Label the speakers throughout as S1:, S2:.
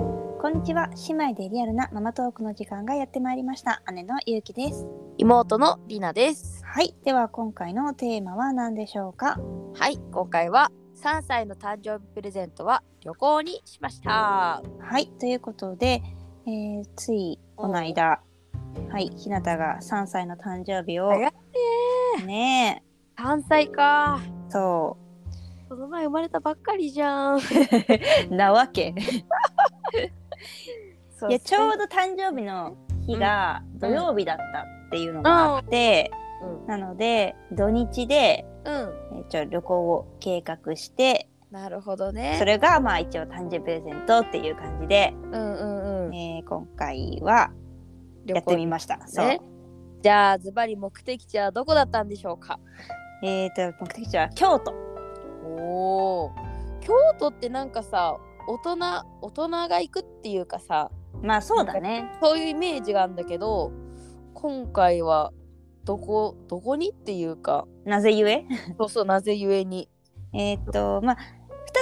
S1: こんにちは姉妹でリアルなママトークの時間がやってまいりました姉のゆうきです
S2: 妹のりなです
S1: はいでは今回のテーマは何でしょうか
S2: はい今回は3歳の誕生日プレゼントは旅行にしました
S1: はいということで、えーついこの間はいひなたが3歳の誕生日を
S2: 早いね
S1: ね
S2: 3歳か
S1: えそ
S2: この前生まれたばっかりじゃん
S1: うなわけ
S2: そ
S1: いやちょう
S2: ど
S1: ど誕生日の日が土曜日だったっていうのがあって、
S2: うん
S1: なので土日で、
S2: うん
S1: えー、と旅行を計画して
S2: なるほどね
S1: それがまあ一応誕生日プレゼントっていう感じで、
S2: うんうんうん
S1: えー今回は
S2: 旅
S1: やってみ
S2: ま
S1: ました。
S2: す
S1: そう
S2: ねじゃあズバリ目的地はどこだったんでしょうか
S1: えー、と目的地は京都
S2: おお京都ってなんかさ大人大人が行くっていうかさ
S1: まあそうだね
S2: そういうイメージがあるんだけど今回はどこどこにっていうか
S1: なぜゆえ
S2: そうそうなぜゆえに
S1: えっとまあ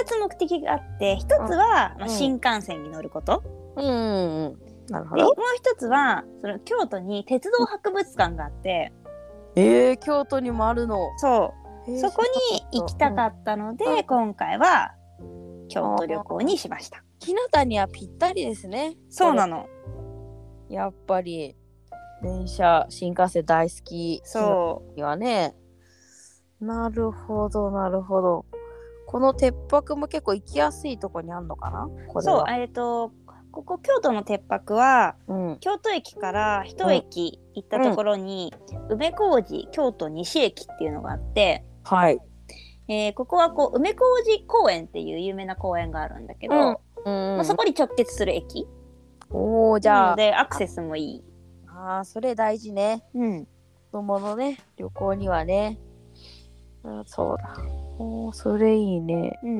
S1: 2つ目的があって1つは、ま
S2: う
S1: あ、
S2: ん
S1: 新幹線に乗ること、
S2: うんうんうんなるほ
S1: でもう1つはその京都に鉄道博物館があって
S2: えー、京都にもあるの
S1: そう
S2: えー
S1: そこに行きたか
S2: うん
S1: ったの
S2: う
S1: で
S2: ん
S1: 今回は京都旅行にしました。
S2: 日向にはぴったりですね
S1: そうなの
S2: これやっぱり電車新幹線大好き
S1: そう
S2: 日向にはねなるほどなるほどこの鉄泊も結構行きやすいとこにあるのかなこれ
S1: そう
S2: は
S1: えっとここ京都の鉄泊は
S2: そう、うん、
S1: 京都駅から一駅行ったところに、梅小路京都西駅っていうのがあって、
S2: はい
S1: えーここはこう梅小路公園っていう有名な公園があるんだけど、
S2: うん
S1: ま
S2: うん
S1: あ、そこに直結する駅
S2: おおじ
S1: な
S2: ゃ
S1: の
S2: あ
S1: でアクセスもいい。
S2: あーそれ大事ね
S1: うん、
S2: 子供のね旅行にはねうんそうだおーそれいいね
S1: うん、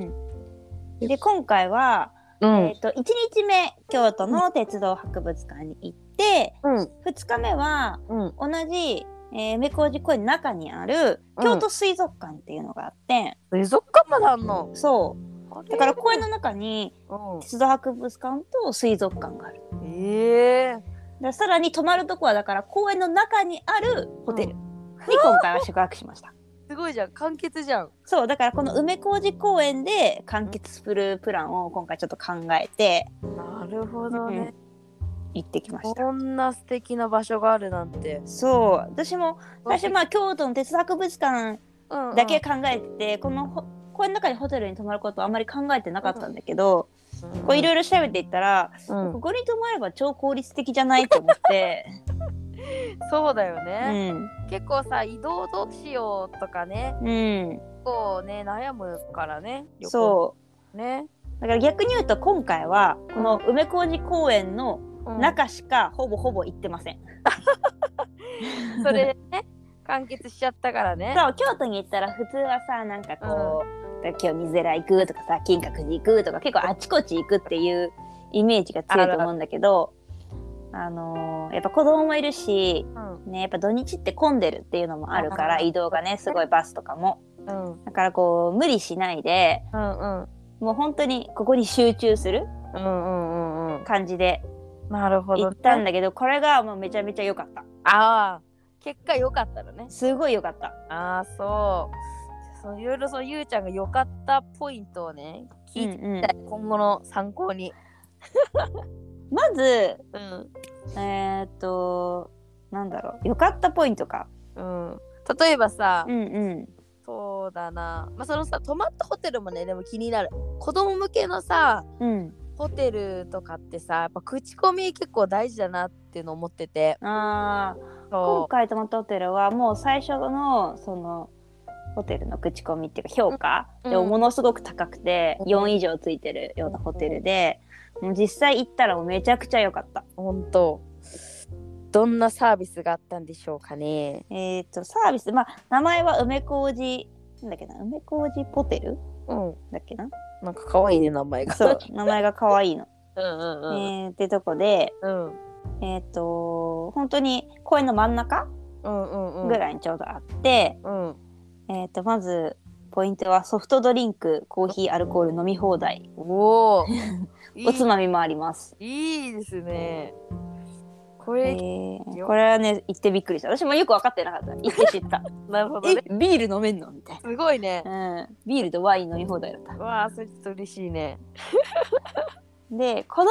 S1: で今回は、
S2: う
S1: えー、と1日目京都の鉄道博物館に行って
S2: うん
S1: 2日目は
S2: うん
S1: 同じ、えー、梅小路公園の中にある京都水族館っていうのがあって、
S2: 水族館まであんの
S1: そうだから公園の中に
S2: の、
S1: 鉄道博物館と水族館がある
S2: うん、ええ
S1: でさらに泊まるとこはだから公園の中にあるホテルに今回は宿泊しました。
S2: すごいじゃん完結じゃん
S1: そうだからこの梅小路公園で完結するプランを今回ちょっと考えて
S2: なるほどね、
S1: 行ってきました。
S2: こんな素敵な場所があるなんて
S1: そう私も最初まあ京都の鉄道博物館
S2: うんうん
S1: だけ考えてて、このほ公園の中にホテルに泊まることはあんまり考えてなかったんだけど、こういろいろ調べていったら、
S2: うん
S1: ここに泊まれば超効率的じゃないと思って、
S2: そうだよ
S1: う
S2: ね、
S1: ん
S2: 結構さ移動どうしようとかね
S1: うん、
S2: 結構ね悩むからね旅行
S1: そう
S2: ね、
S1: うだから逆に言うと今回はこの梅小路公園の
S2: うん
S1: 中しかほぼほぼ行ってません。
S2: それでね完結しちゃったからね
S1: そう京都に行ったら普通はさなんかこう、今日水寺行くとかさ金閣寺行くとか結構あちこち行くっていうイメージが強いと思うんだけどあのーやっぱ子供もいるし、
S2: うん
S1: ね、やっぱ土日って混んでるっていうのもあるから
S2: あー
S1: 移動がねすごいバスとかも
S2: うんうん
S1: だからこう無理しないで
S2: うん
S1: もう本当にここに集中する
S2: うんうんうんうん
S1: 感じで
S2: なるほ
S1: 行
S2: ど、
S1: ったんだけどこれがもうめちゃめちゃ良かった
S2: ああ結果良かったのね
S1: すごい良かった
S2: ああそうそういろいろそのゆうちゃんが良かったポイントをね聞いて
S1: うんうん
S2: みたい、今後の参考に
S1: まず
S2: うん、
S1: えー、っとなんだろう良かったポイントか
S2: うん、例えばさ、
S1: うんうん
S2: そうだなまあそのさ泊まったホテルもねでも気になる子供向けのさ
S1: うん、
S2: ホテルとかってさやっぱ口コミ結構大事だなっていうのを思ってて
S1: あー今
S2: そ
S1: 回泊まったホテルはもう最初のそのホテルの口コミっていうか評価
S2: うん
S1: でもものすごく高くて
S2: うん
S1: 4以上ついてるようなホテルでもう実際行ったらもうめちゃくちゃ良かった
S2: う。本当どんなサービスがあったんでしょうかね
S1: えっ、とサービスまあ名前は梅小路なんだっけな梅小路ホテル
S2: うん
S1: だっけな
S2: なんか可愛いね名前が
S1: そう名前が可愛 いの。
S2: うんうん
S1: え
S2: うん
S1: ーってとこで
S2: うん
S1: えっ、と本当に公園の真ん中
S2: うんうんうん
S1: ぐらいにちょうどあって。
S2: うん
S1: えー、とまずポイントはソフトドリンクコーヒーアルコール飲み放題
S2: おお いい
S1: おつまみもあります。
S2: いいですね。こ
S1: え
S2: れ、
S1: ーこれはね行ってびっくりした私もよく分かってなかった行って知った
S2: なるほ ど
S1: え
S2: ね。
S1: ビール飲めんのみたい
S2: すごいね。
S1: な、うん、ビールとワイン飲み放題だった
S2: わあ、それちょっと嬉しいね。
S1: で子供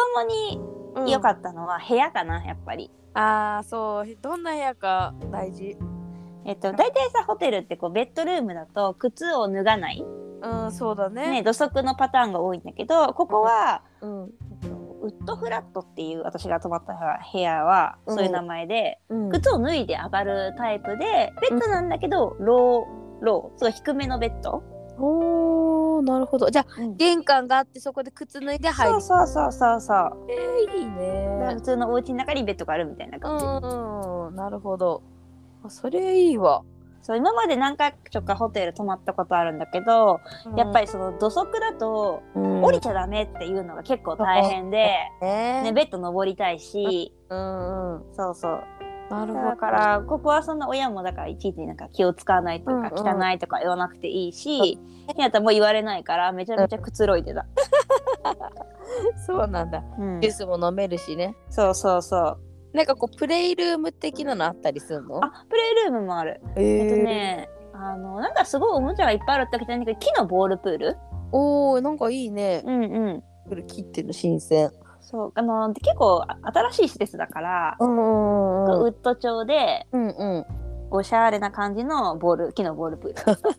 S2: うん
S1: に良かったのは部屋かなやっぱり
S2: ああ、そう。どんな部屋か大事。
S1: えっと、大体さホテルってこうベッドルームだと靴を脱がない、
S2: うん、そうだね。
S1: ね、土足のパターンが多いんだけどここは、
S2: うん。
S1: えっとウッドフラットっていう私が泊まった部屋は
S2: うん
S1: そういう名前で、
S2: うん。
S1: 靴を脱いで上がるタイプでベッドなんだけど、ローローすごい低めのベッド、
S2: おー、なるほど。じゃあ、玄関があって、そこで靴脱いで入
S1: そ
S2: る
S1: う。そうそうそうそう
S2: えー、いい
S1: だから
S2: ね
S1: 普。通のお家の中にベッドがあるみたいな
S2: う
S1: 感じ、
S2: ん、うん、なるほど。あそれいいわ。
S1: そう今まで何回かホテル泊まったことあるんだけど、やっぱ
S2: り、
S1: りその土足だと
S2: うん、
S1: 降りちゃダメっていうのが結構大変で。
S2: ね
S1: ね、ベッド登りたいし、
S2: うんうん。
S1: そうそう
S2: なるほど。
S1: だからここはそんな親もだからいちいちなんか気を使わないとか、
S2: うんうん
S1: 汚いとか言わなくていいしひなたも言われないからめちゃめちゃくつろいでた、
S2: そうなんだ。
S1: うん
S2: ジュースも飲めるしね。
S1: そうそうそう
S2: なんかこうプレイルーム的なのあったりするの？
S1: あプレイルームもある
S2: え
S1: えっと
S2: ー
S1: ねあのなんかすごいおもちゃがいっぱいあるってわけじゃないんだけど木のボールプール
S2: おおなんかいいね。
S1: うんうん
S2: これ切ってる新鮮。
S1: そうあの結構あ新しい施設だから、
S2: うんうん
S1: こう
S2: うん
S1: ウッド調で
S2: うんうん。
S1: おしゃれな感じのボール木のボールプール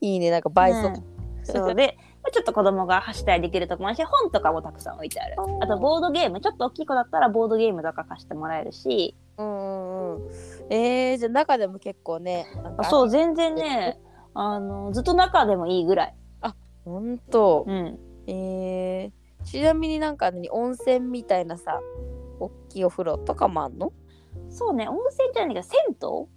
S2: いいねなんか倍
S1: う
S2: 速。
S1: んそうでまあちょっと子供が走ったりできるとこもあるし本とかもたくさん置いてある
S2: おー
S1: あとボードゲームちょっと大きい子だったらボードゲームとか貸してもらえるし
S2: うんうんうん。えー、じゃあ中でも結構ね。なんか
S1: あそう全然ねあのずっと中でもいいぐらい、
S2: 本当。
S1: うん、
S2: えー、ちなみになんか何温泉みたいなさ、大きいお風呂とかもあんの？
S1: そうね温泉じゃないけど銭湯そ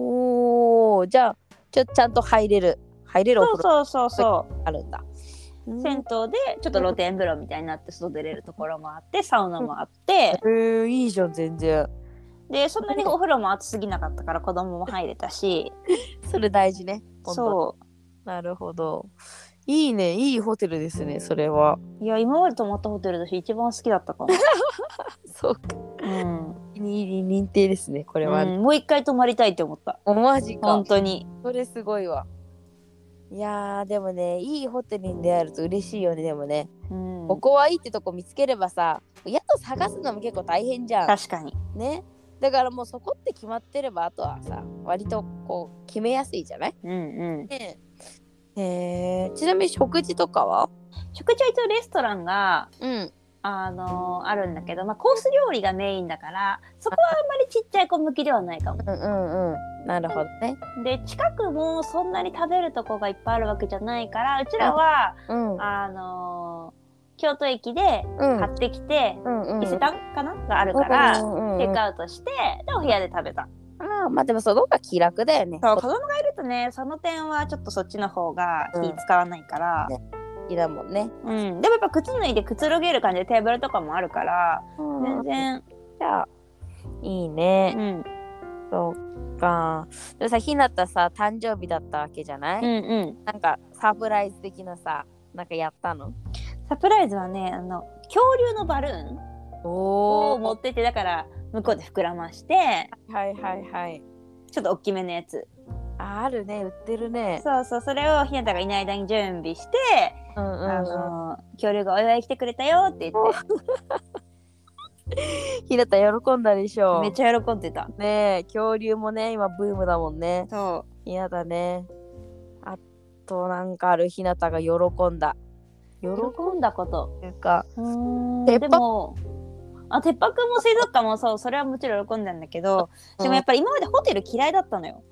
S2: おおじゃあちょちゃんと入れる入れるお
S1: う
S2: 風呂
S1: そうそうそ
S2: あるんだ。
S1: う銭湯でちょっと露天風呂みたいになって外出れるところもあってサウナもあって
S2: えー、いいじゃん全然。
S1: でそんなにお風呂も暑すぎなかったから子供も入れたし
S2: それ大事ね。う。
S1: そ
S2: なるほど。いいね、いいホテルですね、それは。
S1: ういや今まで泊まったホテルだし一番好きだったか も、
S2: そうか。
S1: うん
S2: に認定ですね、これは。
S1: うんもう一回泊まりたいって思った
S2: おマジか
S1: 本。当に
S2: それすごいわ。いやーでもねいいホテルに出会えると嬉しいよねでもね、
S1: うん
S2: ここはいいってとこ見つければさ宿探すのも結構大変じゃ
S1: 確かに
S2: んねだからもうそこって決まってればあとはさ割とこう決めやすいじゃない
S1: うんうん
S2: ねえー、ちなみに食事とかは
S1: 食事は一応レストランが
S2: うん
S1: あのーあるんだけど、まあ、コース料理がメインだからそこはあんまりちっちゃい子向きではないかも
S2: うんうんうんなるほどね
S1: で近くもそんなに食べるとこがいっぱいあるわけじゃないからうちらは
S2: うんうん
S1: あのー京都駅で買ってきて、
S2: うんうん
S1: 伊勢丹かながある
S2: だ
S1: から、
S2: うん
S1: テイクアウトしてでお部屋で食べた
S2: ああまあでもその方が気楽だよね。
S1: そう子供がいるとねその点はちょっとそっちの方が気使わないから、
S2: 好きだもんね。
S1: うん、でもやっぱ靴脱いでくつろげる感じでテーブルとかもあるから全然、
S2: じゃあいいうね。
S1: ん、
S2: そうか。でもさひなたさ誕生日だったわけじゃない、
S1: うんうん
S2: なんかサプライズ的なさなんかやったの
S1: サプライズはねあの恐竜のバルーン
S2: お
S1: を持っててだから向こうで膨らまして
S2: はいはいはい。
S1: ちょっと大きめのやつ
S2: ああるね売ってるね。
S1: そうそうそれをひなたがいない間に準備して、
S2: うん
S1: あの恐竜がお祝い来てくれたよって言って
S2: ひなた喜んだでしょ
S1: めっちゃ喜んでた
S2: ねえ恐竜もね今ブームだもんね。
S1: そ
S2: ひなたね。あとなんかあるひなたが喜んだ。喜
S1: うん喜んだこと
S2: でか。
S1: うーん
S2: 鉄
S1: で
S2: 板
S1: もあ鉄泊も水族館もそうそれはもちろん喜んだんだけどでもやっぱり今までホテル嫌いだったのよ。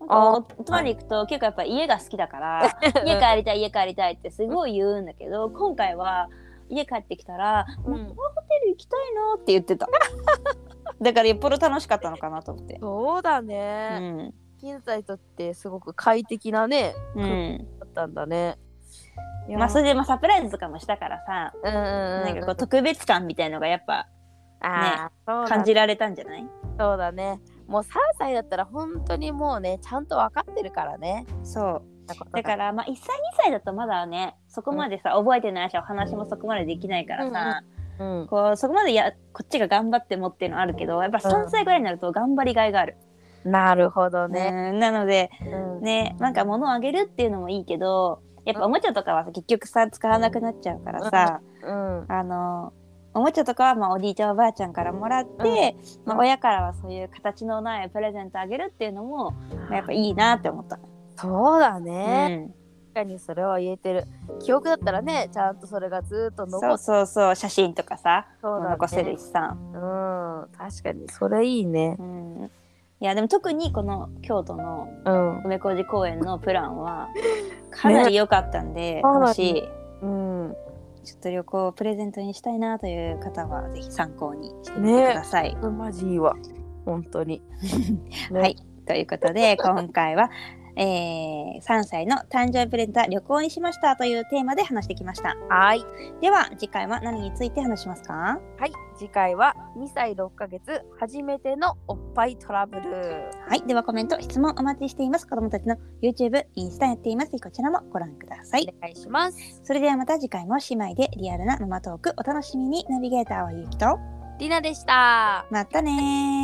S1: なんか
S2: あ
S1: お泊まり行くと結構やっぱ家が好きだから 家帰りたい家帰りたいってすごい言うんだけど今回は家帰ってきたら、
S2: うん
S1: もうこのホテル行きたいなって言 ってただからよっぽど楽しかったのかなと思って
S2: そうだ
S1: う
S2: ね。
S1: ん、
S2: ひなたにとってすごく快適なね、
S1: うん、
S2: だったんだね。いや
S1: まあそれでまあサプライズとかもしたからさ、
S2: うんうんうん
S1: なんかこう特別感みたいのがやっぱ
S2: あーそうだ
S1: 感じられたんじゃない
S2: そうだね。もう3歳だったら本当にもうね、ちゃんと分かってるからね。
S1: そう
S2: だから
S1: だからまあ1歳2歳だとまだねそこまでさ、覚えてないしお話もそこまでできないからさ、
S2: うん、
S1: こうそこまでやこっちが頑張ってもっていうのはあるけどやっぱ3歳ぐらいになると頑張りがいがある、
S2: なるほどね。
S1: ね、なので
S2: うん
S1: ねなんか物をあげるっていうのもいいけどやっぱおもちゃとかは結局さ使わなくなっちゃうからさ、
S2: うん
S1: あのおもちゃとかはまあおじいちゃんおばあちゃんからもらって、まあ、親からはそういう形のないプレゼントあげるっていうのも、まあやっぱいいなって思った。
S2: そうだ
S1: う
S2: ね、
S1: ん
S2: 確かにそれは言えてる記憶だったらねちゃんとそれがずっと残
S1: そう
S2: って
S1: そうそう写真とかさ、
S2: そうだね
S1: 残せるしさ、
S2: うん確かにそれいいね
S1: うん、いやでも特にこの京都の
S2: うん
S1: 梅小路公園のプランはかなり良かったんで、
S2: かなり
S1: もし
S2: うん
S1: ちょっと旅行をプレゼントにしたいなという方はぜひ参考にしてみて
S2: ね
S1: ください。
S2: マジいいわ本当にね
S1: はいということで今回は、えー3歳の誕生日プレゼントは旅行にしましたというテーマで話してきました。
S2: はい
S1: では次回は何について話しますか
S2: はい次回は2歳6ヶ月初めてのおっぱいトラブル
S1: はい、ではコメント、質問お待ちしています。子供たちの YouTube、インスタやっています。ぜひこちらもご覧ください。
S2: お願いします
S1: それではまた次回も姉妹でリアルなママトークお楽しみに。ナビゲーターはゆうきと、
S2: りなでした
S1: またねー。